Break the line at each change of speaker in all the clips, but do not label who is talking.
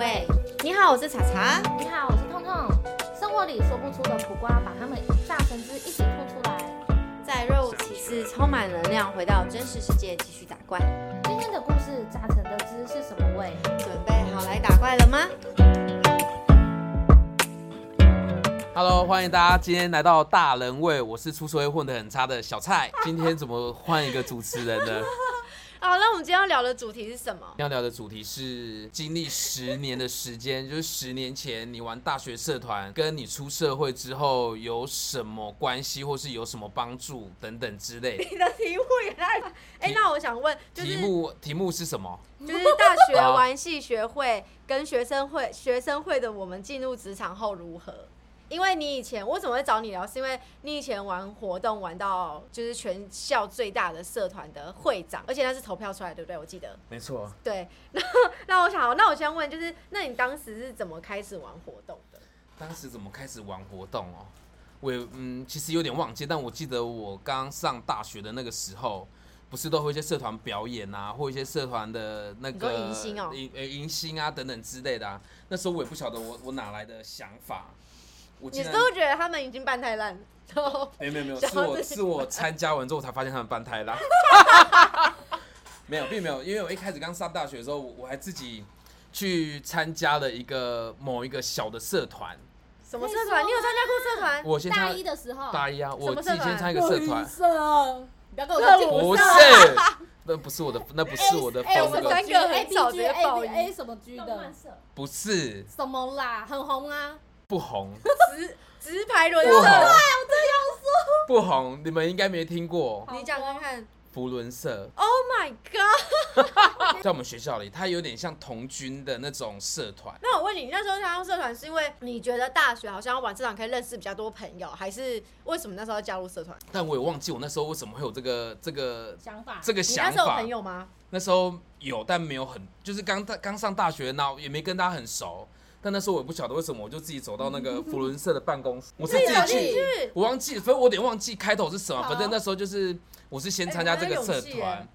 好，我是查查。
你好，我是痛痛。生活里说不出的苦瓜，把它们榨成汁一起吐出来。
在若无其事、充满能量，回到真实世界继续打怪。
今天的故事榨成的汁是什么味？
准备好来打怪了吗？
Hello，欢迎大家今天来到大人味，我是出社会混得很差的小蔡。今天怎么换一个主持人呢？
好，那我们今天要聊的主题是什么？
要聊的主题是经历十年的时间，就是十年前你玩大学社团，跟你出社会之后有什么关系，或是有什么帮助等等之类的。
你的题目也太…… 哎、
题
那我想问，就
题
是
目题目是什么？
就是大学玩系学会跟学生会、 学生会的我们进入职场后如何？因为你以前我怎么会找你聊，是因为你以前玩活动玩到就是全校最大的社团的会长，而且那是投票出来，对不对？我记得。
没错，
对， 那那我想，那我先问，就是那你当时是怎么开始玩活动的？
当时怎么开始玩活动哦？我也嗯，其实有点忘记，但我记得我刚上大学的那个时候，不是都会一些社团表演啊，或一些社团的那
你说
个
迎新哦
迎呃迎新啊等等之类的啊。那时候我也不晓得我我哪来的想法，我
你
竟
是
然
不是觉得他们已经办太烂？然后
没有没有没有，
想
是
要
我
自己
是我参加完之后才发现他们办太烂， 没有并没有，因为我一开始刚上大学的时候，我我还自己去参加了一个某一个小的社团，
什么社团？你有参加过社团？
我先
大
参
一的时候，
大一啊，我
哦么
自己
社团
先参加一个社团。
社，不要跟我
热
说劲
舞
不是
社，
那不是 我的，那不是我的
哎
风
我们
格
三，个很早直接
A B
报
G
名
A 什么 G 的，
不是
什么啦，很红啊。
不红，
直直排轮
不红
社，，
不红，你们应该没听过
你讲看看。
福伦社，
Oh my god！
在我们学校里，它有点像童军的那种社团。
那我问你，你那时候加入社团是因为你觉得大学好像玩社团可以认识比较多朋友，还是为什么那时候要加入社团？
但我也忘记我那时候为什么会有这个这个
想法
这个
你那
想
时候有
法
朋。友吗？
那时候有，但没有很，就是刚大刚上大学，然后也没跟大家很熟。但那时候我也不晓得为什么，我就自己走到 那个福伦社的办公室，我是
自己
自
走
己
进
去，
去，
我忘记，反正我有点忘记开头是什么。
好
反正那时候就是我是先参加这个社
哎你很有勇气耶
团，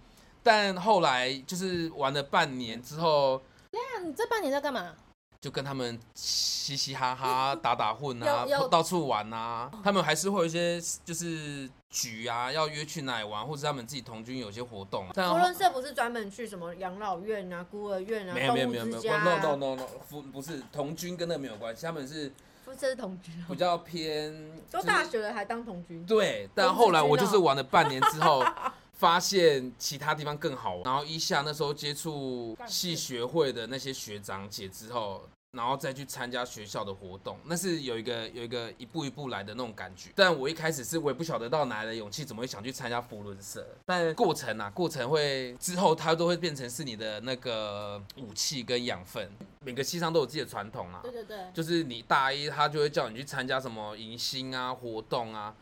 但后来就是玩了半年之后，
那你嗯这半年在干嘛？
就跟他们嘻嘻 哈哈、打打混啊
有有，
到处玩啊。他们还是会有一些就是局啊，要约去哪里玩，或者他们自己同军有一些活动。啊但
福伦社不是专门去什么养老院啊、孤儿院啊、
没有没有
动物
没有没
之
有
家、
，no
啊？
no no no，不不是同军跟那个没有关系，他们是
不这是同居哦
比较偏
都
就是
大学了还当同居，
对，但后来我就是玩了半年之后，发现其他地方更好玩。然后一下那时候接触系学会的那些学长姐之后，然后再去参加学校的活动，那是有一个有一个一步一步来的那种感觉。但我一开始是我也不晓得到哪来的勇气，怎么会想去参加福伦社？但过程啊，过程会之后它都会变成是你的那个武器跟养分。每个系上都有自己的传统啊，
对对对，
就是你大一，他就会叫你去参加什么迎新啊、活动啊。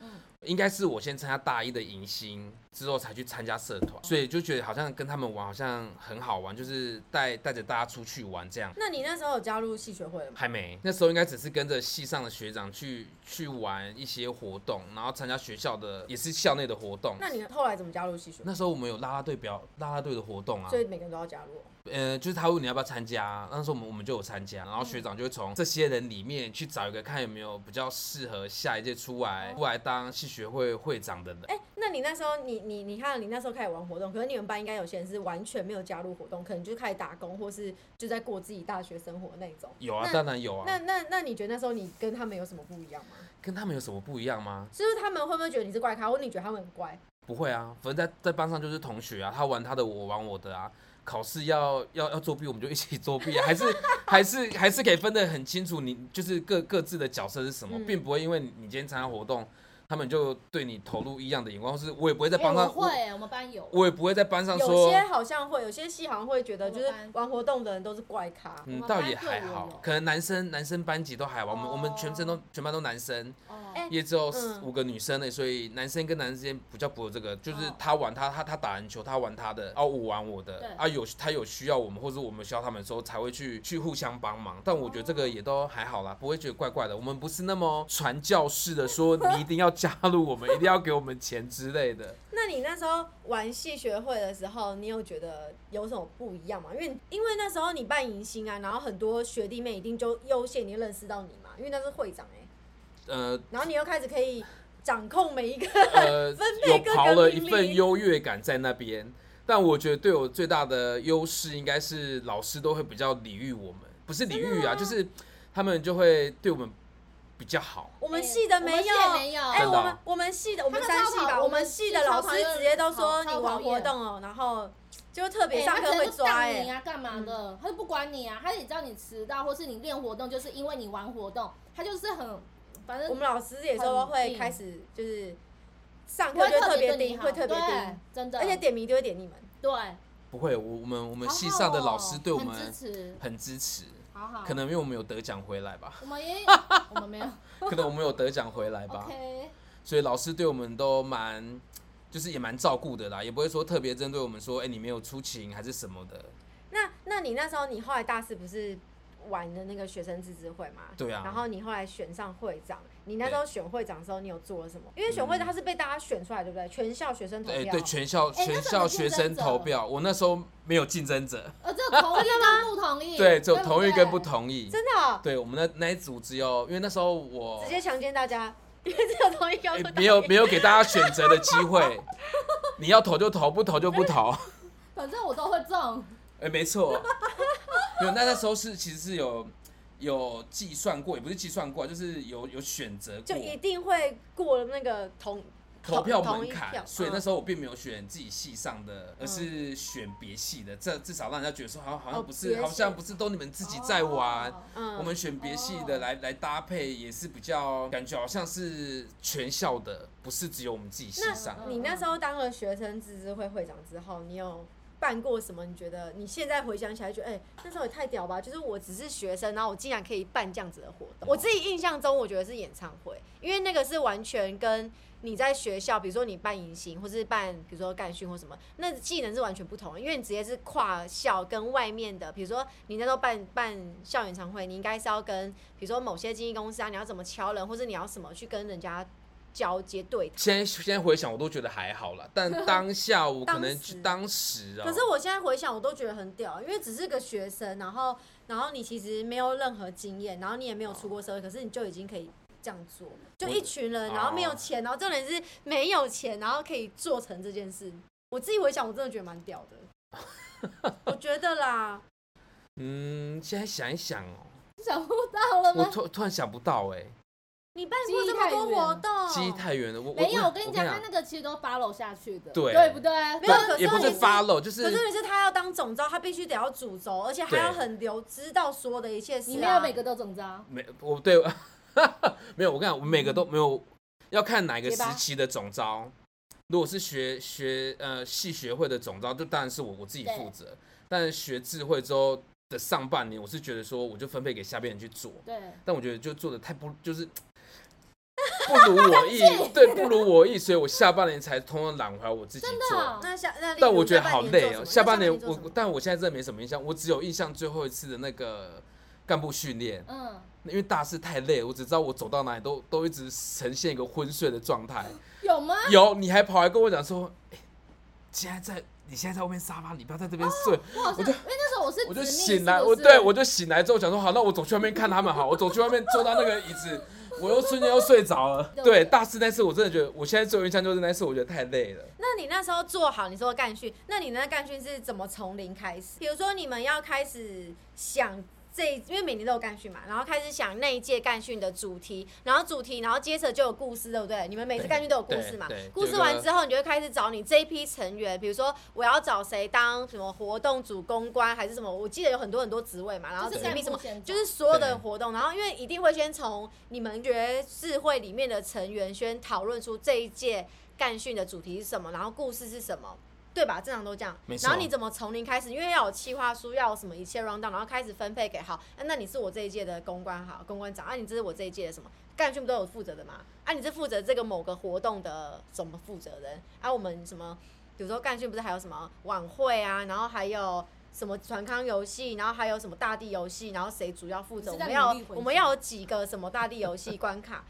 应该是我先参加大一的迎新，之后才去参加社团，所以就觉得好像跟他们玩好像很好玩，就是带带着大家出去玩这样。
那你那时候有加入戏学会了吗？
还没，那时候应该只是跟着系上的学长去去玩一些活动，然后参加学校的也是校内的活动。
那你后来怎么加入戏学会？
那时候我们有啦啦队表啦啦队的活动啊，
所以每个人都要加入哦。
呃，就是他问你要不要参加，啊那时候我们我们就有参加，然后学长就会从这些人里面去找一个看有没有比较适合下一届出来出来当系学会会长的人。
哎、那你那时候你你你看你那时候开始玩活动，可是你们班应该有些人是完全没有加入活动，可能就开始打工或是就在过自己大学生活那种。
有啊，
那
当然有啊
那，那那你觉得那时候你跟他们有什么不一样吗？
跟他们有什么不一样吗？
是不是他们会不会觉得你是怪咖，或者你觉得他们很乖？
不会啊，反正在在班上就是同学啊，他玩他的，我玩我的啊。考试要要要作弊，我们就一起作弊啊，还是还是还是可以分得很清楚你，就是各各自的角色是什么，
嗯
并不会因为你你今天参加活动，他们就对你投入异样的眼光，或是我也不会在
哎
班上，
我会，我们班有。
我也不会在班上说
有些好像会，有些戏好像会觉得就是
我们班
玩活动的人都是怪咖。
嗯，
我们
倒
班
也
就
还
有哦
好
有，
可能男生男生班级都还好，我们我们全生都全班都男生，
哦
哎
也只有
嗯
五个女生的，所以男生跟男生之间比较不会有这个，就是
哦
他玩他他他打篮球，他玩他的，啊我玩我
对
的，啊有他有需要我们或者我们需要他们的时候才会去去互相帮忙，但我觉得这个也都还好啦，不会觉得怪怪的，我们不是那么传教士的说你一定要加入我们，一定要给我们钱之类的。
那你那时候玩戏学会的时候，你有觉得有什么不一样吗？因为因为那时候你办迎新啊，然后很多学弟妹一定就优先你认识到你嘛，因为那是会长哎、
呃
然后你又开始可以掌控每一 个
呃
分，配
有
各个
刨了
命
一份
令
优越感在那边，但我觉得对我最大的优势应该是老师都会比较礼遇我们，不是礼遇啊，就是他们就会对我们比较好。
我们系的没有，
我们系的没有
哎、
真的
我
哦
们我们系的，我们
他们
三
超
系
讨
吧，
我
我
们
们系
系
的
超
老师
讨厌
直接都说
超
你玩
讨
活
厌
动哦、然后就特别
哎
上
他
课
可能
会
就
抓哎、
当你啊，干嘛的？他就不管你啊，他也知道你迟到，或是你练活动，就是因为你玩活动，他就是很，反正
我们老师也说会开始就是上课就特别
对你
盯，
好
会特别
对
盯，
真的，
而且点名就会点你们。
对，
不会，我我们我
我
们系上的老师
哦
对我们
支持，
很支持，
好好，
可能因为我们有得奖回来吧，
我们也 我们没有
可能我们有得奖回 来吧，
，OK，
所以老师对我们都蛮，就是也蛮照顾的啦，也不会说特别针对我们说，哎、你没有出勤还是什么的。
那那你那时候你后来大四不是玩的那个学生自治会嘛？
对啊
然后你后来选上会长，你那时候选会长的时候，你有做了什么？因为选会长他是被大家选出来，对不对？全校学生投
嗯哎、
票。
对，全校
哎
全
那时
校
候有
学
竞
生
争者
投票，我那时候没有竞争者，
呃，只有同意跟不同意，
对，只有同意跟不
对对。
同意。
真的哦、
对我们那那一组只有，因为那时候我
直接强奸大家，因为这有同一个
哎
不同意
没有没有给大家选择的机会，你要投就投，不投就不投。
反正我都会中，
哎、没错，没有。那那时候是其实是有有计算过，也不是计算过，就是有有选择
就
过
一定会过那个同
投票
同
门
一票
槛，所以
嗯
那时候我并没有选自己系上的，而是选别系的。这至少让人家觉得说，好像好
哦
像不
别
是，
系
好像不是都你们自己在玩。
哦
嗯，
我们选别系
哦
的来来搭配，也是比较感觉好像是全校的，不是只有我们自己系
那嗯
上。
你那时候当了学生自治会会长之后，你有办过什么？你觉得你现在回想起来，觉得哎、那时候也太屌吧！就是我只是学生，然后我竟然可以办这样子的活动。我自己印象中，我觉得是演唱会，因为那个是完全跟你在学校，比如说你办迎新，或是办比如说干训或什么，那技能是完全不同的，因为你直接是跨校跟外面的，比如说你那时候办办校园常会，你应该是要跟比如说某些经纪公司啊，你要怎么敲人，或者你要什么去跟人家交接对谈。
现在现在回想，我都觉得还好啦，但 当下我可能
当时
当时啊，
可是我现在回想，我都觉得很屌，因为只是个学生，然后然后你其实没有任何经验，然后你也没有出过社会，可是你就已经可以这样做，就一群人，
哦
然后没有钱，然后重点是没有钱，然后可以做成这件事。我自己回想，我真的觉得蛮屌的， 我觉得啦，
嗯，现在想一想哦，
想不到了
嗯
我
吗？
突突然想不到哎、
你办过这么多活
记忆
动，
太远了，我
没有，
我
我跟你讲，他那个其实都 follow 下去的，
对
对不对？
没有
对
可是
也不
重点
是
是
follow，就
可
是
是问题是他要当总招，他必须得要主轴，而且还
对
要很流知道所有的一切事、啊。
你没有每个都中招，
没我对， 没有我跟你讲，我每个都
嗯
没有，要看哪个
结
时
巴
期的总招。如果是学学呃系学会的总招，就当然是我我自己
对
负责。但学智慧之后的上半年，我是觉得说，我就分配给下边人去做。
对，
但我觉得就做的太不就是 不如 我意，对，不如我意，所以我下半年才通通揽回来我自己
真
做。
的。啊
那下那例如
但我觉得
哦下半
好
年
累
做什
哦，
么
下半年
做
我
什么，
但我现在真的没什么印象，我只有印象最后一次的那个干部训练，
嗯，
因为大四太累了，我只知道我走到哪里都都一直呈现一个昏睡的状态。
有吗？
有，你还跑来跟我讲说，哎现在在你现在在外面沙发，你不要在这边睡，
我好像，因为那时候我是
我就
直立
醒来，
哦是不
我
是
对我就醒来之后想说，好，那我走去外面看他们好，我走去外面坐到那个椅子，我又瞬间又睡着了。
对
对，大四那次我真的觉得，我现在最有印象就是那次，我觉得太累了。
那你那时候做好，你说干训，那你那干训是怎么从零开始？比如说你们要开始想这，因为每年都有干训嘛，然后开始想那一届干训的主题，然后主题，然后接着就有故事，对不对？你们每次
对
干训都有故事嘛
对对，
故事
有
完
个
之后，你就会开始找你这一批成员，比如说我要找谁当什么活动组公关还是什么，我记得有很多很多职位嘛，然后
就是
什么
干
什
部
么
先走
就是所有的活动，然后因为一定会先从你们学智会里面的成员先讨论出这一届干训的主题是什么，然后故事是什么，对吧？正常都这样
没。错
然后你怎么从零开始？因为要有企划书，要有什么一切 round down，然后开始分配给好，啊那你是我这一届的公关好，公关长，啊你这是我这一届的什么干训不都有负责的嘛？啊你是负责这个某个活动的什么负责人？啊我们什么？比如说干训不是还有什么晚会啊，然后还有什么船康游戏，然后还有什么大地游戏，然后谁主要负责？
你
我
是在
们要
努力回
我们要有几个什么大地游戏关卡？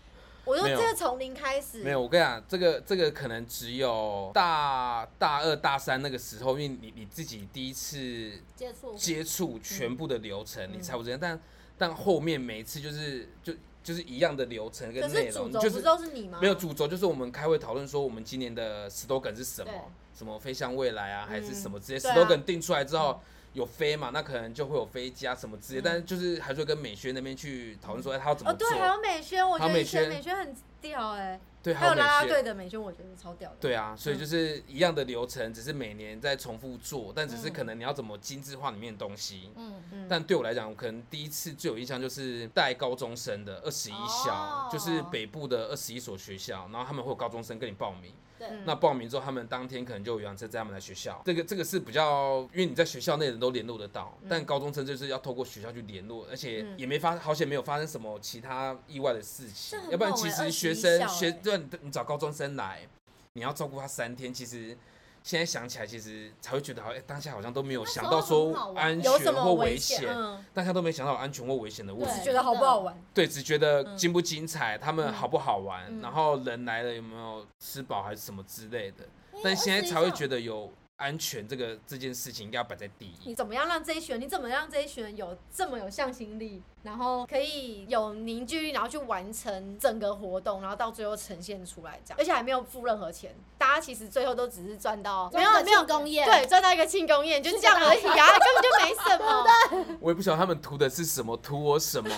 我说
没
这
有
个从零开始，
没有，我跟你讲，这个这个可能只有大大二大三那个时候，因为你你自己第一次
接触
接触全部的流程，
嗯
你才会这样。但但后面每一次就是就就是一样的流程
可
跟内
是主
容，
轴
就
不
是
是都是你吗？
没有主轴，就是我们开会讨论说我们今年的 slogan 是什么
对，
什么飞向未来啊，还是什么之类。
对啊
slogan 定出来之后。有飞嘛？那可能就会有飞机啊什么之类，但是就是还是会跟美宣那边去讨论说，哎、他要怎
嗯哦，
么做？
对，还有美宣，我觉
还
得
有美
以前
宣
美宣很屌哎，
对，
还有
美
啦嗯啦
宣
队的美宣，我觉得超屌的。
对啊，所以就是一样的流程，只是每年在重复做，但只是可能你要怎么精致化里面的东西。
嗯，
嗯，
但对我来讲，我可能第一次最有印象就是带高中生的二十一校，
哦
就是北部的二十一所学校，然后他们会有高中生跟你报名。
对
嗯，
那报名之后，他们当天可能就有游览车载他们来学校。这个这个是比较，因为你在学校内人都联络得到，但高中生就是要透过学校去联络，而且
嗯
也没发，好险没有发生什么其他意外的事情
这。很
要不然
猛欸
其实学
21
生
校
学
欸
对你你找高中生来，你要照顾他三天，其实。现在想起来，其实才会觉得好像、哎当下好像都没有
那时
想
候
到
很
说
好玩
安
有
全
什
或
么
危
危险？嗯，
大家都没想到有安全或危险的问
对嗯
题。
只觉得好不好玩？
对，只觉得精不精彩，他们好不好玩，
嗯
然后人来了有没有吃饱还是什么之类的。
因为
但现在才会觉
21
得有安全这个这件事情应该要摆在第 一
你。怎么样让这一群人？你怎么让这一群人有这么有向心力，然后可以有凝聚力，然后去完成整个活动，然后到最后呈现出来这样，而且还没有付任何钱。大家其实最后都只是赚到没
赚到
有没有
哦庆功宴
对，赚到一个庆功宴就这样而已啊，根本就没什么。
我也不晓得他们图的是什么，图我 什么，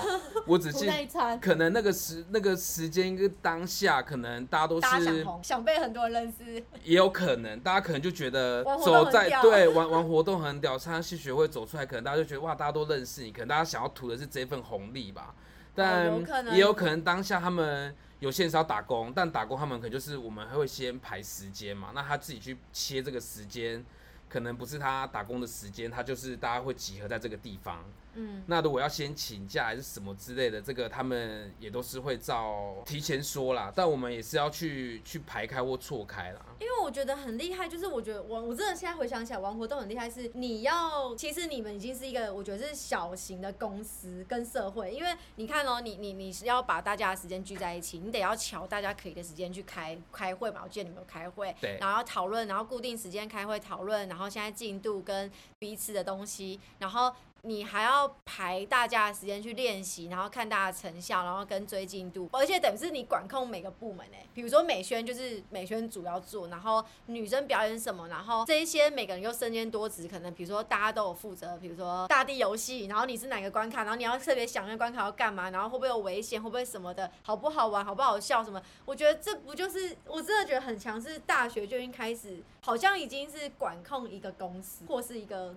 我只
图
记
那一餐
可能那个时那个时间跟当下，可能大家 都
大家想
是
红，想被很多人认识，
也有可能，大家可能就觉得
玩活动
走
很
在
屌
对玩玩活动很屌，参加戏学会走出来，可能大家就觉得哇，大家都认识你，可能大家想要图的是这份红利吧。但
哦有可能
也有可能当下他们有些人是要打工，但打工他们可能就是我们会先排时间嘛，那他自己去切这个时间，可能不是他打工的时间，他就是大家会集合在这个地方。
嗯，
那如果要先请假还是什么之类的，这个他们也都是会照提前说啦，但我们也是要去去排开或错开啦。
因为我觉得很厉害，就是我觉得我我真的现在回想起来，玩活动很厉害，是你要其实你们已经是一个我觉得是小型的公司跟社会，因为你看哦，你你你是要把大家的时间聚在一起，你得要瞧大家可以的时间去开开会嘛，我记得你们有开会，
对
然后讨论，然后固定时间开会讨论，然后现在进度跟彼此的东西，然后。你还要排大家的时间去练习，然后看大家的成效，然后跟追进度，而且等于是你管控每个部门诶、欸比如说美宣就是美宣主要做，然后女生表演什么，然后这一些每个人又身兼多职，可能比如说大家都有负责，比如说大地游戏，然后你是哪个关卡，然后你要特别想那个关卡要干嘛，然后会不会有危险，会不会什么的，好不好玩，好不好笑什么，我觉得这不就是我真的觉得很强，是大学就已经开始，好像已经是管控一个公司或是一个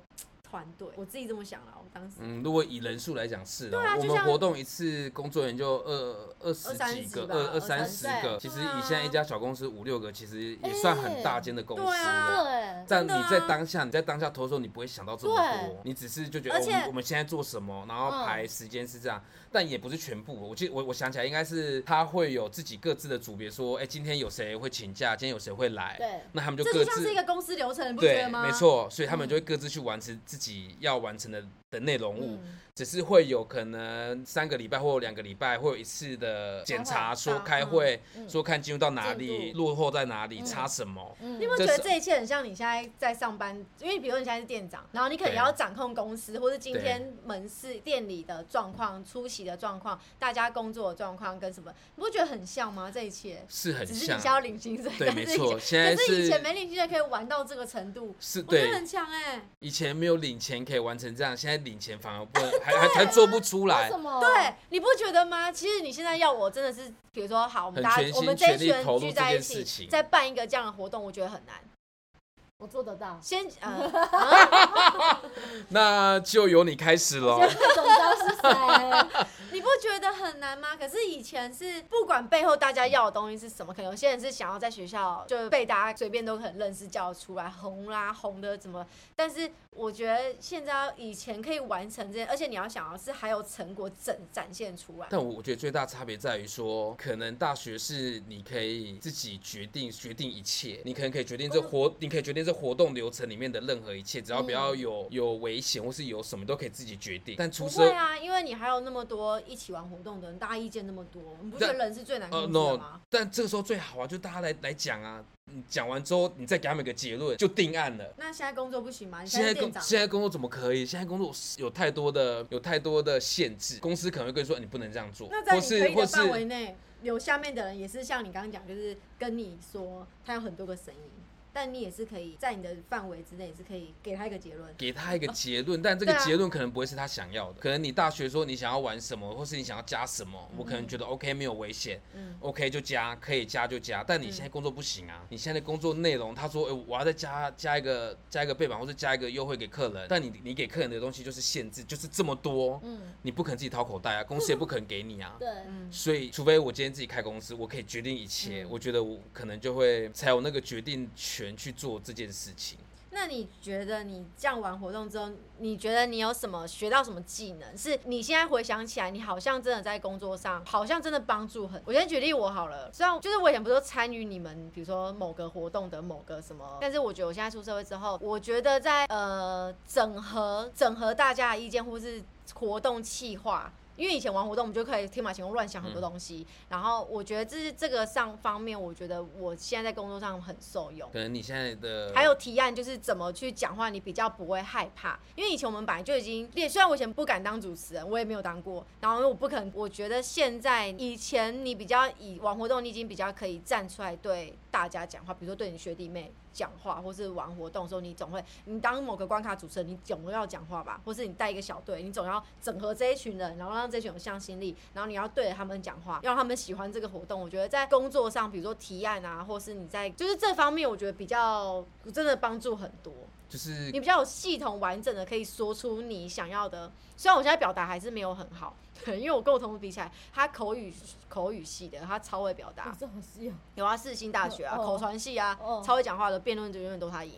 团队，我自己这么想啦，我当时。
嗯，如果以人数来讲是啦、
对啊
我
就
们
像
活动一次工作人员就二二十
二三
几
十
个，
吧
二二
二三
三十
十
个。
对
其实
啊
以现在一家小公司五六个，其实也算很大间的公司
哎对啊
了。
对，
但
真的啊
你在当下，你在当下投的时候，你不会想到这么
对
多，你只是就觉得、
而
哦我们
且
我们现在做什么，然后
嗯
排时间是这样，但也不是全部。我记我我想起来，应该是他会有自己各自的组别，说，哎、今天有谁会请假，今天有谁会来，
对
那他们就
这就
各
像
自
是一个公司流程，你不觉
对，
得吗？嗯
没，错，所以他们就会各自去完成自己要完成的的内容物，
嗯
只是会有可能三个礼拜或两个礼拜会有一次的检查，说开会，
嗯
说看进入到哪里，
进度
落后在哪里，
嗯
差什么。
嗯
你有没有觉得这一切很像你现在在上班？因为比如说你现在是店长，然后你可能
对
要掌控公司，或是今天门市店里的状况、出席的状况、大家工作的状况跟什么，你不觉得很像吗？这一切
是很
只是你
像
现在，要领薪水，
对，
但是
没
以
错。
前
现在
可是以前
是
没领薪水可以玩到这个程度，
是
我觉得
对
很强哎、
以前没有领钱可以完成这样，现在领钱反而不能，还还
啊
还做不出
为
来
什。么？
哦
对，你不觉得吗？其实你现在要我真的是，比如说好，我们
很
大
全
家
心
我们这
全
一
力
群人
投入
聚
这
在一
件事
起，
情
再办一个这样的活动，我觉得很难。。
我做得到
先呃，
那就由你开始 喽。
总招是 谁？
你不觉得很难吗？可是以前是不管背后大家要的东西是什么，可能有些人是想要在学校就被大家随便都可能认识叫得出来红啦红的怎么，但是我觉得现在以前可以完成这些，而且你要想要是还有成果展展现出来。
但我觉得最大差别在于说，可能大学是你可以自己决定决定一切，你可能可以决
嗯
定这活，你可以决定这活动流程里面的任何一切，只要不要有有危险或是有什么都可以自己决定。但出
嗯不啊
社
会啊，因为你还有那么多一一起玩活动的人，大家意见那么多，你不觉得人是最难
呃
控制的
，no，
吗？
但这个时候最好啊，就大家来来讲啊，你讲完之后，你再给他们一个结论，就定案了。
那现在工作不行吗？你
现
在是
在
店
工
长，
现在工作怎么可以？现在工作有太多的有太多的限制，公司可能会跟你说你不能这样做，
那在
或
你可
是
以
或
的
是
范围内，有下面的人也是像你刚刚讲，就是跟你说他有很多个声音，但你也是可以在你的范围之内，也是可以给他一个结论。
给他一个结论，但这个
哦对啊
结论可能不会是他想要的。可能你大学说你想要玩什么，或是你想要加什么，我可能觉得 OK 没有危险
嗯，
，OK 就加，可以加就加。但你现在工作不行啊，你现在的工作内容，他说，哎、我要再加加一个加一个背板，或是加一个优惠给客人，但你你给客人的东西就是限制，就是这么多，
嗯，
你不可能自己掏口袋 啊，公司也不可能给你啊。
对，
嗯，
所以，除非我今天自己开公司，我可以决定一切，我觉得我可能就会才有那个决定权去做这件事情。
那你觉得你这样玩活动之后，你觉得你有什么学到什么技能？是你现在回想起来，你好像真的在工作上，好像真的帮助很。我先举例我好了，虽然就是我以前不是都参与你们，比如说某个活动的某个什么，但是我觉得我现在出社会之后，我觉得在呃整合整合大家的意见，或是活动企划。因为以前玩活动，我们就可以天马行空乱想很多东西。然后我觉得这是这个上方面，我觉得我现在在工作上很受用。
可能你现在的
还有提案就是怎么去讲话，你比较不会害怕。因为以前我们本来就已经练，虽然我以前不敢当主持人，我也没有当过，然后我不肯。我觉得现在以前你比较以玩活动，你已经比较可以站出来对大家讲话，比如说对你学弟妹讲话，或是玩活动的时候，你总会你当某个关卡主持人，你总要讲话吧，或是你带一个小队，你总要整合这一群人，然后让这群有向心力，然后你要对着他们讲话，让他们喜欢这个活动。我觉得在工作上，比如说提案啊，或是你在就是这方面，我觉得比较真的帮助很多。
就是
你比较有系统完整的可以说出你想要的， 虽然我现在表达还是没有很好，对，因为我跟我同事比起来，他口语口语系的，他超会表达，
这种戏哦，
有啊，世新大学啊，
哦
口传系啊，
哦
超会讲话的，辩论就永远都他 赢，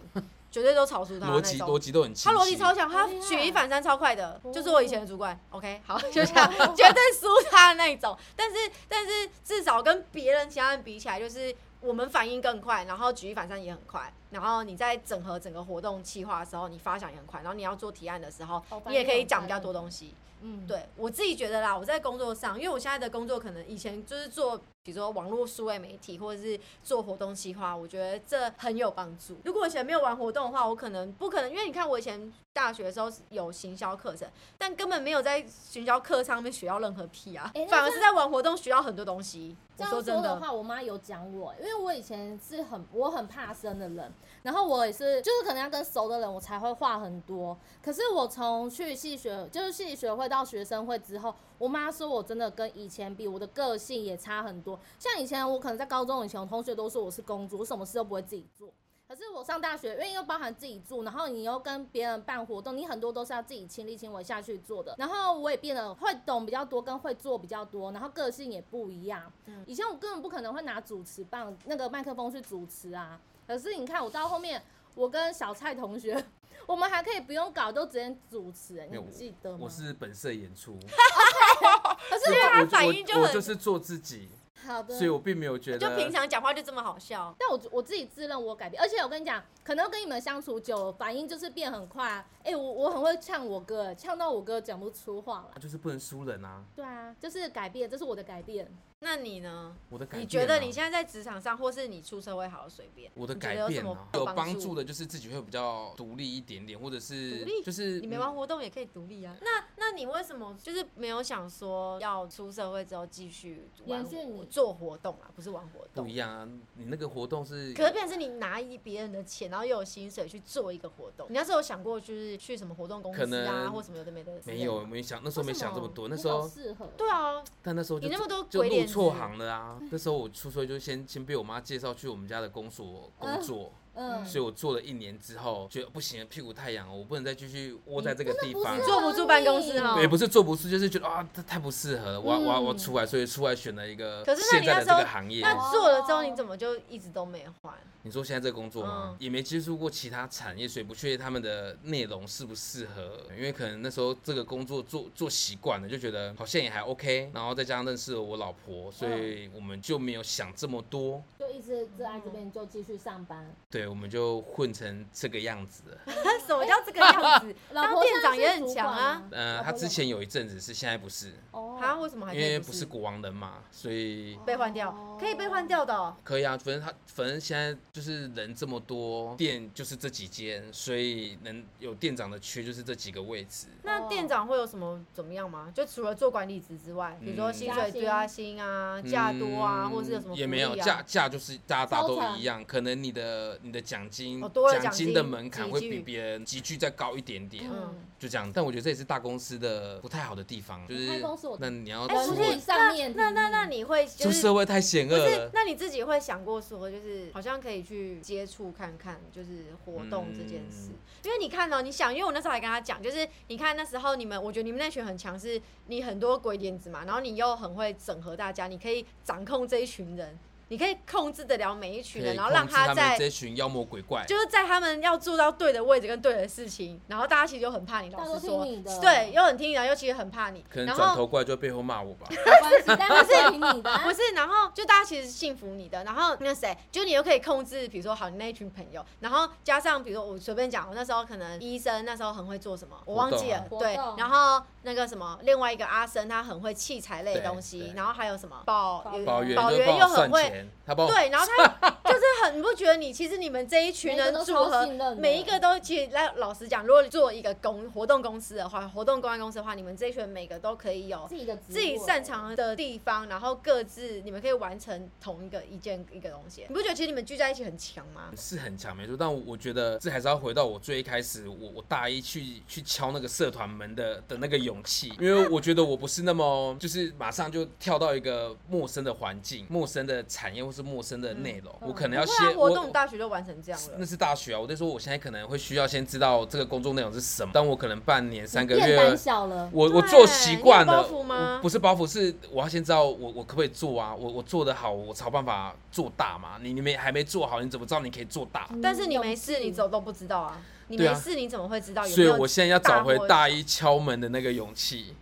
绝对都吵输他
逻
那
辑
种
逻。辑都很清
他
晰，
逻辑超强，他
好厉害
举一反三超快的，
哦
就是我以前的主管。OK，好， 就这样，绝对输他的那一种。但是但是至少跟别人其他人比起来，就是我们反应更快，然后举一反三也很快，然后你在整合整个活动计划的时候，你发想也很快，然后你要做提案的时候
哦，
你也可以
反应很快
讲比较多东西。
嗯，
对我自己觉得啦，我在工作上，因为我现在的工作可能以前就是做，比如说网络数位媒体或者是做活动企划，我觉得这很有帮助。如果我以前没有玩活动的话，我可能不可能，因为你看我以前大学的时候是有行销课程，但根本没有在行销课上面学到任何屁啊，
诶那
反而
这
是在玩活动学到很多东西。
这
我
样说
说真
的
的，
话，我妈有讲我，因为我以前是很我很怕生的人，然后我也是就是可能要跟熟的人我才会话很多。可是我从去系学就是系学会到学生会之后，我妈说我真的跟以前比，我的个性也差很多。像以前我可能在高中以前，我同学都说我是公主，我什么事都不会自己做。可是我上大学，因为又包含自己住，然后你又跟别人办活动，你很多都是要自己亲力亲为下去做的。然后我也变得会懂比较多，跟会做比较多，然后个性也不一样。以前我根本不可能会拿主持棒那个麦克风去主持啊。可是你看，我到后面，我跟小蔡同学，我们还可以不用搞，都直接主持、欸，
没有
你记得吗？
我是本色 演出，
哦
可
我
是
他
我
反应就
我我
很
就是做自己，
好的，
所以我并没有觉
就
得
平常讲话就这么好笑。
但我我自己自认我改变，而且我跟你讲，可能跟你们相处久了，反应就是变很快、啊。哎、我我很会呛我哥，呛到我哥讲不出话来。
就是不能输人啊，
对啊，就是改变，这是我的改变。
那你呢？
我的改变啊、
你觉得你现在在职场上，或是你出社会好好随便，
我的
你觉得
改
有什
变
么
啊，有帮助的就是自己会比较独立一点点，或者是
独立
就是
你没玩活动也可以独立啊。那那你为什么就是没有想说要出社会之后继续玩
延续你
做活动啊？不是玩活
不
动
一。样啊，你那个活动是
可是变成是你拿一别人的钱，然后又有薪水去做一个活动。你那时候有想过就是去什么活动公
可
司啊，
能
或什么有的没的？
没有。没想那时候没想这么多，那
你
时
好嗯
候
适合。
对啊，
但那时候就
你那么多
就
鬼
入
脸子
错行了啊，那时候我出社会就先先被我妈介绍去我们家的公所工作。
嗯，
所以我做了一年之后，觉得不行，屁股太痒了，我不能再继续窝在这个地方
真的不。是啊
坐不住办公室哦。
也不是做不出，就是觉得啊，这太不适合了，我要我要我要出来，所以出来选了一个
嗯可是那
现
你
在
那
的
时
这
候
个行业。哦
那做了之后，你怎么就一直都没换？
你说现在这个工作吗？
嗯
也没接触过其他产业，所以不确定他们的内容适不适合。因为可能那时候这个工作做做习惯了，就觉得
嗯
好像也还 OK。然后再加上认识了我老婆，所以我们就没有想这么多。
就一一直热爱这边，你就继续上班。
对，我们就混成这个样子了。
什么叫这个样子？
老
当
婆
店
现在
长
是
也很
主
强
管
啊
吗。
呃，
老
他
婆
之
有
前有一阵子是，现在不是，
哦，
啊，为什么还
因
可以
为
不
不是
是
国王人嘛，所以
被换掉？可以被换掉的哦、
可以啊。反正他，反正现在就是人这么多，店就是这几间，所以能有店长的缺就是这几个位置。
那店长会有什么怎么样吗？就除了做管理职之外，比如说
嗯
薪水对啊、薪啊、价多啊，
嗯
或者是有什么、啊、
也没有价价就是大家大家
收
都
成
一样，可能你的你的奖金
哦多了
奖
奖
金
金
的门槛
集
会
聚
比别人急剧再高一点点，
嗯，
就这样。但我觉得这也是大公司的不太好的地方，就是
开公司我
那你要
哎、
哎
不
出
我
是
们上面
那那那那你会就
出
是
社会太险恶
不是
了？。
那你自己会想过说，就是好像可以去接触看看，就是活动这件事。
嗯
因为你看哦，你想，因为我那时候还跟他讲，就是你看那时候你们，我觉得你们那群很强，是你很多鬼点子嘛，然后你又很会整合大家，你可以掌控这一群人，你可以控制得了每一群
可
人，
以
然后让
控制他
在
们这群妖魔鬼怪，
就是在他们要做到对的位置跟对的事情，然后大家其实就很怕你，老
大家都
实说
听你的，
对，又很听你的，又其实很怕你，
可能
然
转
后
头过来就在背后骂我吧。
没关系，但是听你的啊，
不是，然后就大家其实是信服你的，然后那谁，就你又可以控制，比如说好，你那一群朋友，然后加上比如说我随便讲，我那时候可能医生那时候很会做什么，我忘记了，
啊
活动
对
活动，
然后那个什么，另外一个阿生他很会器材类的
对
东西
对，
然后还有什么保
保元
保
就
元
帮
又
我
很
算
会。
钱，他帮我
对，然后 他就是很，你不觉得你其实你们这一群人组
每一个都超
合
信任，的
每一个都其实来老实讲，如果你做一个公活动公司的话，活动公关公司的话，你们这一群人每个都可以有
自己的
自己擅长的地方，然后各自你们可以完成同一个一件一个东西。你不觉得其实你们聚在一起很强吗？
是很强，没错。但我我觉得这还是要回到我最一开始，我我大一去去敲那个社团门的的那个勇气，因为我觉得我不是那么就是马上就跳到一个陌生的环境、陌生的产业或是陌生的内容，我可能要
嗯不会啊
先
活
我
动，大学就完成这样
那
了。
是大学啊。我在说我现在可能会需要先知道这个工作内容是什么，但我可能半年、三个
你变胆
月。
小了，
我我
对
做习惯
你有
了，
包袱吗
我不是包袱，是我要先知道我我可不可以做啊？我我做得好，我才有办法做大嘛。你你没还没做好，你怎么知道你可以做大？
但是你没事，
勇气
你走都不知道啊。你
对啊
没事，你怎么会知道有
所
没
以
有？
我现在要找回
大
大一敲门的那个勇气。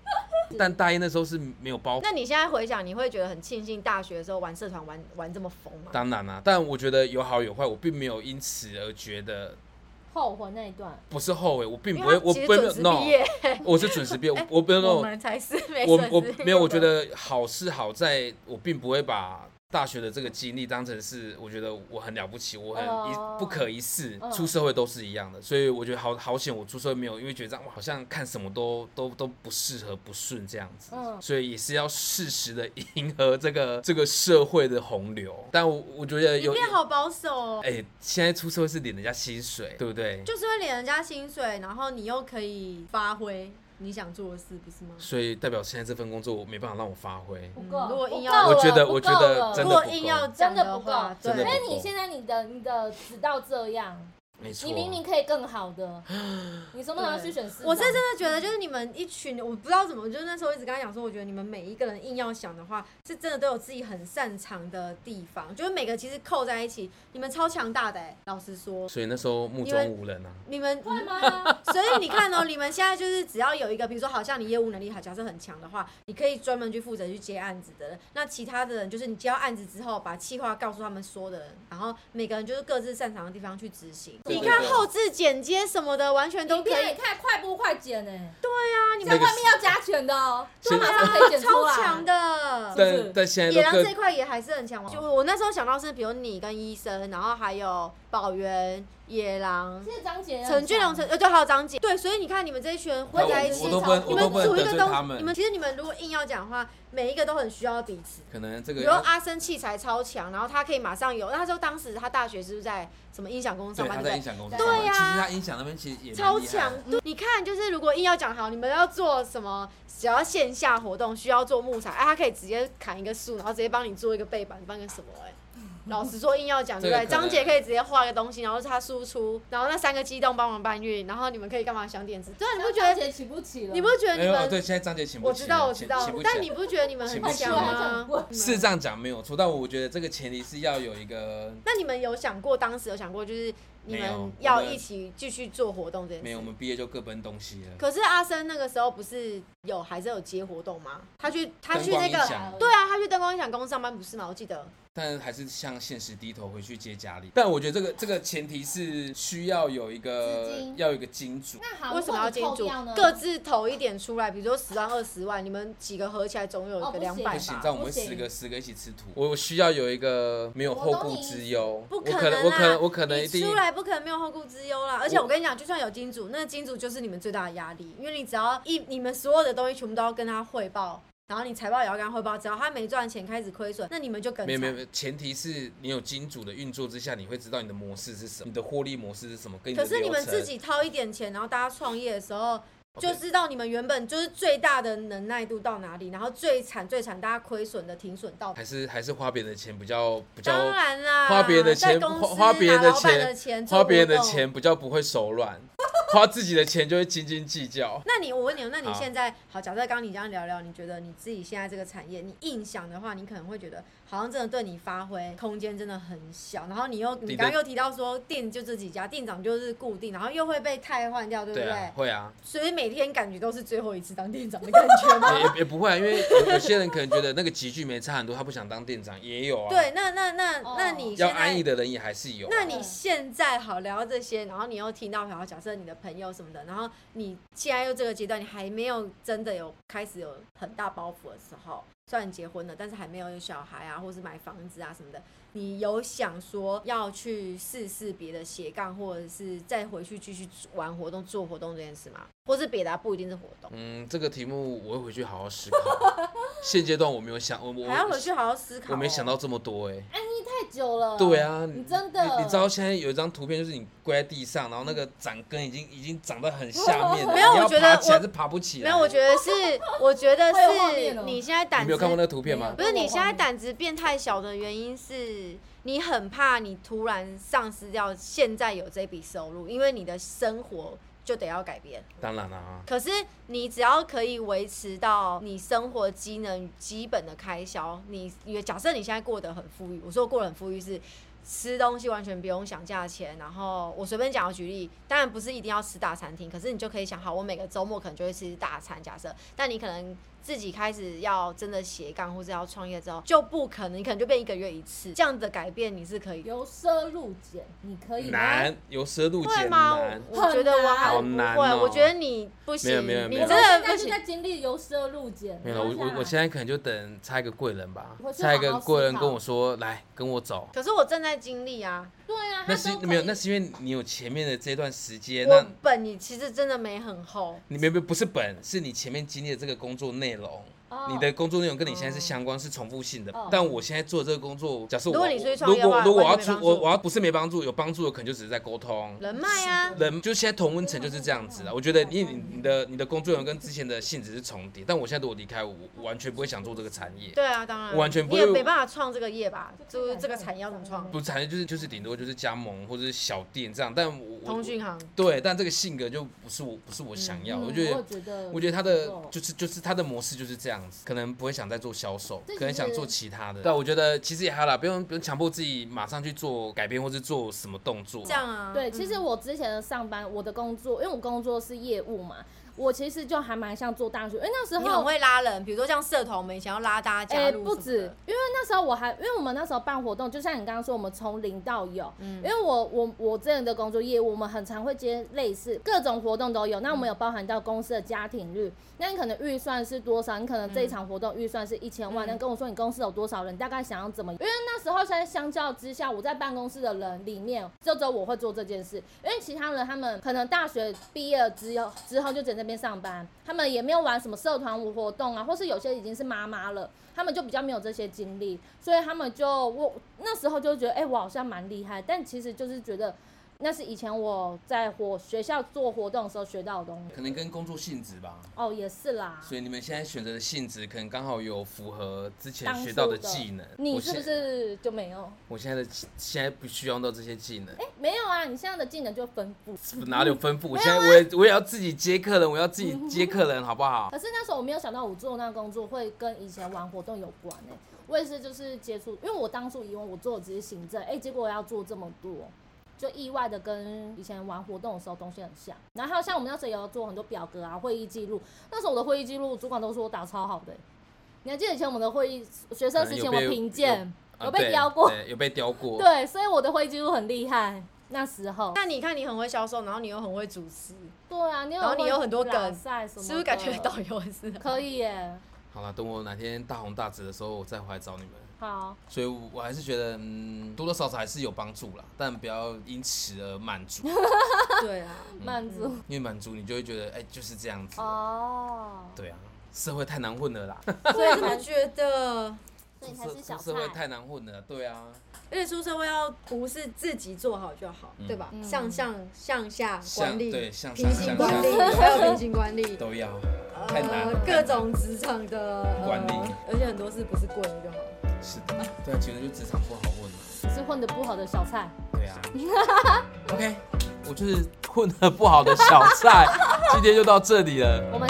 但大一那时候是没有包袱，
那你现在回想，你会觉得很庆幸大学的时候玩社团玩玩这么疯吗？
当然啦、但我觉得有好有坏，我并没有因此而觉得
后悔那一段，
嗯
不是后悔，我并不
因
会，
为
我
他其
不
实
会
准时
no，
毕 业，
我是准时毕业，我我不用
我
no，
们才是没
我
准
我
时毕业
没有，我觉
的
得好是好在，我并不会把大学的这个经历当成是我觉得我很了不起，我很一、
哦
不可一世
嗯，
出社会都是一样的，所以我觉得好好险，我出社会没有，因为觉得这样哇好像看什么都都都不适合不顺这样子，
嗯
所以也是要适时的迎合这个这个社会的洪流，但我我觉得
你
有。
变好保守哦。
哎、现在出社会是领人家薪水，对不对？
就是会领人家薪水，然后你又可以发挥你想做的事，不是吗？
所以代表现在这份工作我没办法让我发挥。
不够，
如果硬要
不够了
我觉得
不够
我觉得
了
如
真的不够
果硬要
真
讲
的不
话
够，，
真的
因
对
不够
为你现在你的你的只到这样，
没错，
你明明可以更好 的，你什么时候要去选市长？
我是真的觉得，就是你们一群，我不知道怎么，就是那时候一直跟他讲说，我觉得你们每一个人硬要想的话，是真的都有自己很擅长的地方，就是每个其实扣在一起，你们超强大的、欸，老实说，
所以那时候目
因为
中无人啊。
你们
会吗？
所以你看哦、你们现在就是只要有一个，比如说好像你业务能力好，假设很强的话，你可以专门去负责去接案子的人。那其他的人就是你接到案子之后，把企划告诉他们说的人，然后每个人就是各自擅长的地方去执行。
对
你
对
看
对
后置剪接什么的，完全都
影
可
片也
以，
看快播快剪呢，
啊，你
在
们
那个
外面要加钱的哦，就
现
马上可以剪出
超
来，
强的。
是不是
但但现在
野
都
狼
各
这一块也还是很强，就我那时候想到是，比如你跟医生，然后还有宝源、野狼、
谢谢张姐，
陈俊龙、陈呃对，还有张姐，对，所以你看你们这一群人混
我
在一
我
起，
我都不能，
你
我都
们
不
组
能
一
得
个
罪
东
他
西，你
们。
们其实你们如果硬要讲的话，每一个都很需要彼此。
可能这
比
个
如说
要
阿生器材超强，然后他可以马上有，那他说当时他大学是不是在什么音响公司上
对
班？对
他在
不
音
对
响公司
对
上班，
呀
其实他音响那边其实也蛮
超
厉害
强，对你看，就是如果硬要讲好，你们要做什么？只要线下活动需要做木材，哎、他可以直接砍一个树，然后直接帮你做一个背板，帮个什么、哎，老实说，硬要讲，对不对？
这个可能
张姐可以直接画一个东西，然后他输出，然后那三个机动帮忙搬运，然后你们可以干嘛想点子？对啊，你不觉
张
得？
姐起不起了？
你不觉得
没
你
有，
们
对，现在张杰请不
我
起
知道，
了
我
请
知道
请不，起
但
了
你不觉得你们很
请不起
强
来
吗？
是这样讲没有错，但我觉得这个前提是要有一个
那你们有想过，当时有想过，就是你
没有我
们
们
要一起继续做活动这件
没有，我
事？
们毕业就各奔东西了。
可是阿生那个时候不是有还是有接活动吗？他去他去那
灯光音
个呃
响
对啊，他去灯光音响公司上班不是吗？我记得
但还是向现实低头，回去接家里。但我觉得这个这个前提是需要有一
资
个
金
要有一个金主，
那好，
为什么要金主
啊如果你扣掉呢？
各自投一点出来？比如说十万、二十万，你们几个合起来总有
哦
一
不
个两
行
百
不
不
行
吧，
这？样我们会
不行
十个十个一起吃土。我需要有一个没有后顾之忧，
不
我
可能
我
啦
可能我可能
你
一定
出来不可能没有后顾之忧啦。而且
我
我跟你讲，就算有金主，那金主就是你们最大的压力，因为你只要一你们所有的东西全部都要跟他汇报，然后你财报也要跟他汇报，只要他没赚钱开始亏损，那你们就更
没
惨。
有没有没有，前提是你有金主的运作之下，你会知道你的模式是什么，你的获利模式是什么，跟你的
可是你们
流程
自己掏一点钱，然后大家创业的时候。
OK
就知道你们原本就是最大的能耐度到哪里，然后最惨最惨，大家亏损的停损到哪里
还是还是花别人的钱比较比较
当然啦，
花别人的
在
钱，
公
花
司
花别人
拿
的
老板的
钱，
做
花别人的
活动。
钱比较不会手软，花自己的钱就会斤斤计较。
那你我问你哦，那你
好
现在好，假设刚刚你这样聊聊，你觉得你自己现在这个产业，你硬想的话，你可能会觉得好像真的对你发挥空间真的很小。然后你又你
你的
刚刚又提到说店就这几家，店长就是固定，然后又会被汰换掉，对不
对
对？
啊，会啊，
所以每天感觉都是最后一次当店长的感 觉吗？
也也也不会啊，因为有有些人可能觉得那个集聚没差很多，他不想当店长，也有啊。
对，，那那那那
哦
你现
要
在
安逸的人也还是有啊。
那你现在好聊到这些，然后你又听到，然后假设你的朋友什么的，然后你现在又这个阶段，你还没有真的有开始有很大包袱的时候，虽然你结婚了，但是还没有有小孩啊，或是买房子啊什么的，你有想说要去试试别的斜杠，或者是再回去继续玩活动、做活动这件事吗？或是别的啊、不一定是活动，
嗯，这个题目我会回去好好思 考。现阶段我没有想，我我
还要回去好好思考、
我没想。到这么多哎、
安逸太久了。
对，
哦
啊，
你真的
你，你知道现在有一张图片，就是你跪在地上，然后那个长根已经已经长到很下面了，
没有
你要
我觉得
爬起来
我
是爬不起
没
来。
有，我觉得是， 我觉得
好有画面
是
哦
你现在胆
你
子
没有看过那个图片吗
没有？
不是你现在胆子变太小的原因是你很怕你突然丧失掉现在有这笔收入，因为你的生活就得要改变。
当然啦、啊，
可是你只要可以维持到你生活机能基本的开销，你也假设你现在过得很富裕，我说过得很富裕是。吃东西完全不用想价钱，然后我随便讲个举例，当然不是一定要吃大餐厅，可是你就可以想好，我每个周末可能就会吃大餐，假设，但你可能自己开始要真的斜杠或者要创业之后，就不可能，你可能就变一个月一次，这样的改变你是可以的，
由奢入俭，你可以吗
难，由奢入
会
俭
吗
难。？
我觉得我还
好
不
难
会，
哦
我觉得你不行，
没有没有没
你
有
真
我现
的
在
不
就
行
在。经历由奢入俭。
没有，我我我现
在
在可能就等差一个贵人吧
回，去
差一
好
个
好思
贵人跟
考
我说来跟我走，
可是我正在经历啊，
对啊，
那
他
是
都可以
没有，那是因为你有前面的这段时间，那
我本你其实真的没很厚，
你没有没有不是本，是你前面经历的这个工作内容。
哦
你的工作内容跟你现在是相关，是重复性的
哦。
但我现在做的这个工作，假设
哦
我
如果你出去创业
如果
的话
如果我要
完全
出
没帮助
我我要不是没帮助，有帮助的可能就只是在沟通。
人脉啊，
人就现在同温层就是这样子啊，我觉得你你你的你的工作内容跟之前的性质是重叠，但我现在如果离开，我我完全不会想做这个产业。
对啊，当然
完全不
你
会
也没办法创这个业吧，就是这个产业要怎么创？
不是产业就是就是顶多就是加盟或者是小店这样，但我我
通讯行，
对，但这个性格就不是我不是我想要，
嗯
我觉
我
得。
觉得，
我觉得他的
不错
就是就是他的模式就是这样子，可能不会想再做销售
这，
可能
其
想
实
做其他的。啊但我觉得其实也好啦，不用不用强迫自己马上去做改变或是做什么动作。
这样啊，
对，
嗯
其实我之前的上班，我的工作，因为我工作是业务嘛，我其实就还蛮像做大学，因为那时
你很
候。
会拉人，比如说像社团，我们以前要拉大家加入
哎不
什么
止
的，
因为那时候我还，因为我们那时候办活动，就像你刚刚说，我们从零到有。
嗯
因为我我我之前的工作业务，我们很常会接类似各种活动都有。那我
嗯
们有包含到公司的家庭日，那你可能预算是多少？你可能这一场活动预算是一千万，
嗯
那跟我说你公司有多少人，大概想要怎么？因为那时候现在相较之下，我在办公室的人里面，就只有我会做这件事，因为其他人他们可能大学毕业了之后之后就在那边上班，他们也没有玩什么社团舞活动啊，或是有些已经是妈妈了，他们就比较没有这些经历，所以他们就我那时候就觉得，哎、我好像蛮厉害，但其实就是觉得。那是以前我在活学校做活动的时候学到的东西
可能跟工作性质吧，
哦，也是啦。
所以你们现在选择的性质可能刚好有符合之前
当
学
初
到
的
技能。
你
我
是不
现
是就没有？
我现在的现在不需要用到这些技能，
哎、没有啊！你现在的技能就丰富，
哪
嗯
里有吩咐？我现
啊
在我也我也要自己接客人，我要 自己接客人，好不好？
可是那时候我没有想到我做那工作会跟以前玩活动有关呢、我也是就是接触，因为我当初以为我做的只是行政，哎、结果我要做这么多，就意外的跟以前玩活动的时候东西很像。然后还有像我们那时候也要做很多表格啊、会议记录，那时候我的会议记录主管都说我打超好的欸、你还记得以前我们的会议学生时期我们评鉴，
呃
有被
对
雕过
对有被雕过。
对，所以我的会记录很厉害。那时候，
那你看你很会销售，然后你又很会主持，
对啊，你有
然后你有很多梗
拉塞什么的，
是不是感觉导游很 适合？
可以耶？
好了，等我哪天大红大紫的时候，我再回来找你们。
好，
所以我还是觉得，嗯，多多少少还是有帮助啦，但不要因此而 满足，
对啊，
满足
因为满足你就会觉得，哎、就是这样子。
哦，
对啊，社会太难混了啦，
所以这 么啊觉得，
所以你才是小
社社会
菜。
太难混了，对啊，
而且出社会要不是自己做好就好，对吧？
嗯
向上向下管
像
理，
对像
平
像
行
像
管理，
像
还有平行管理，
都要，太难
呃
了，，
各种职场的呃
管理
而且很多事不是过你就好。
是的，对啊，其实就职场不好混了。
是混的不好的小菜。
对啊。OK，我就是混得不好的小菜，今天就到这里了。
我们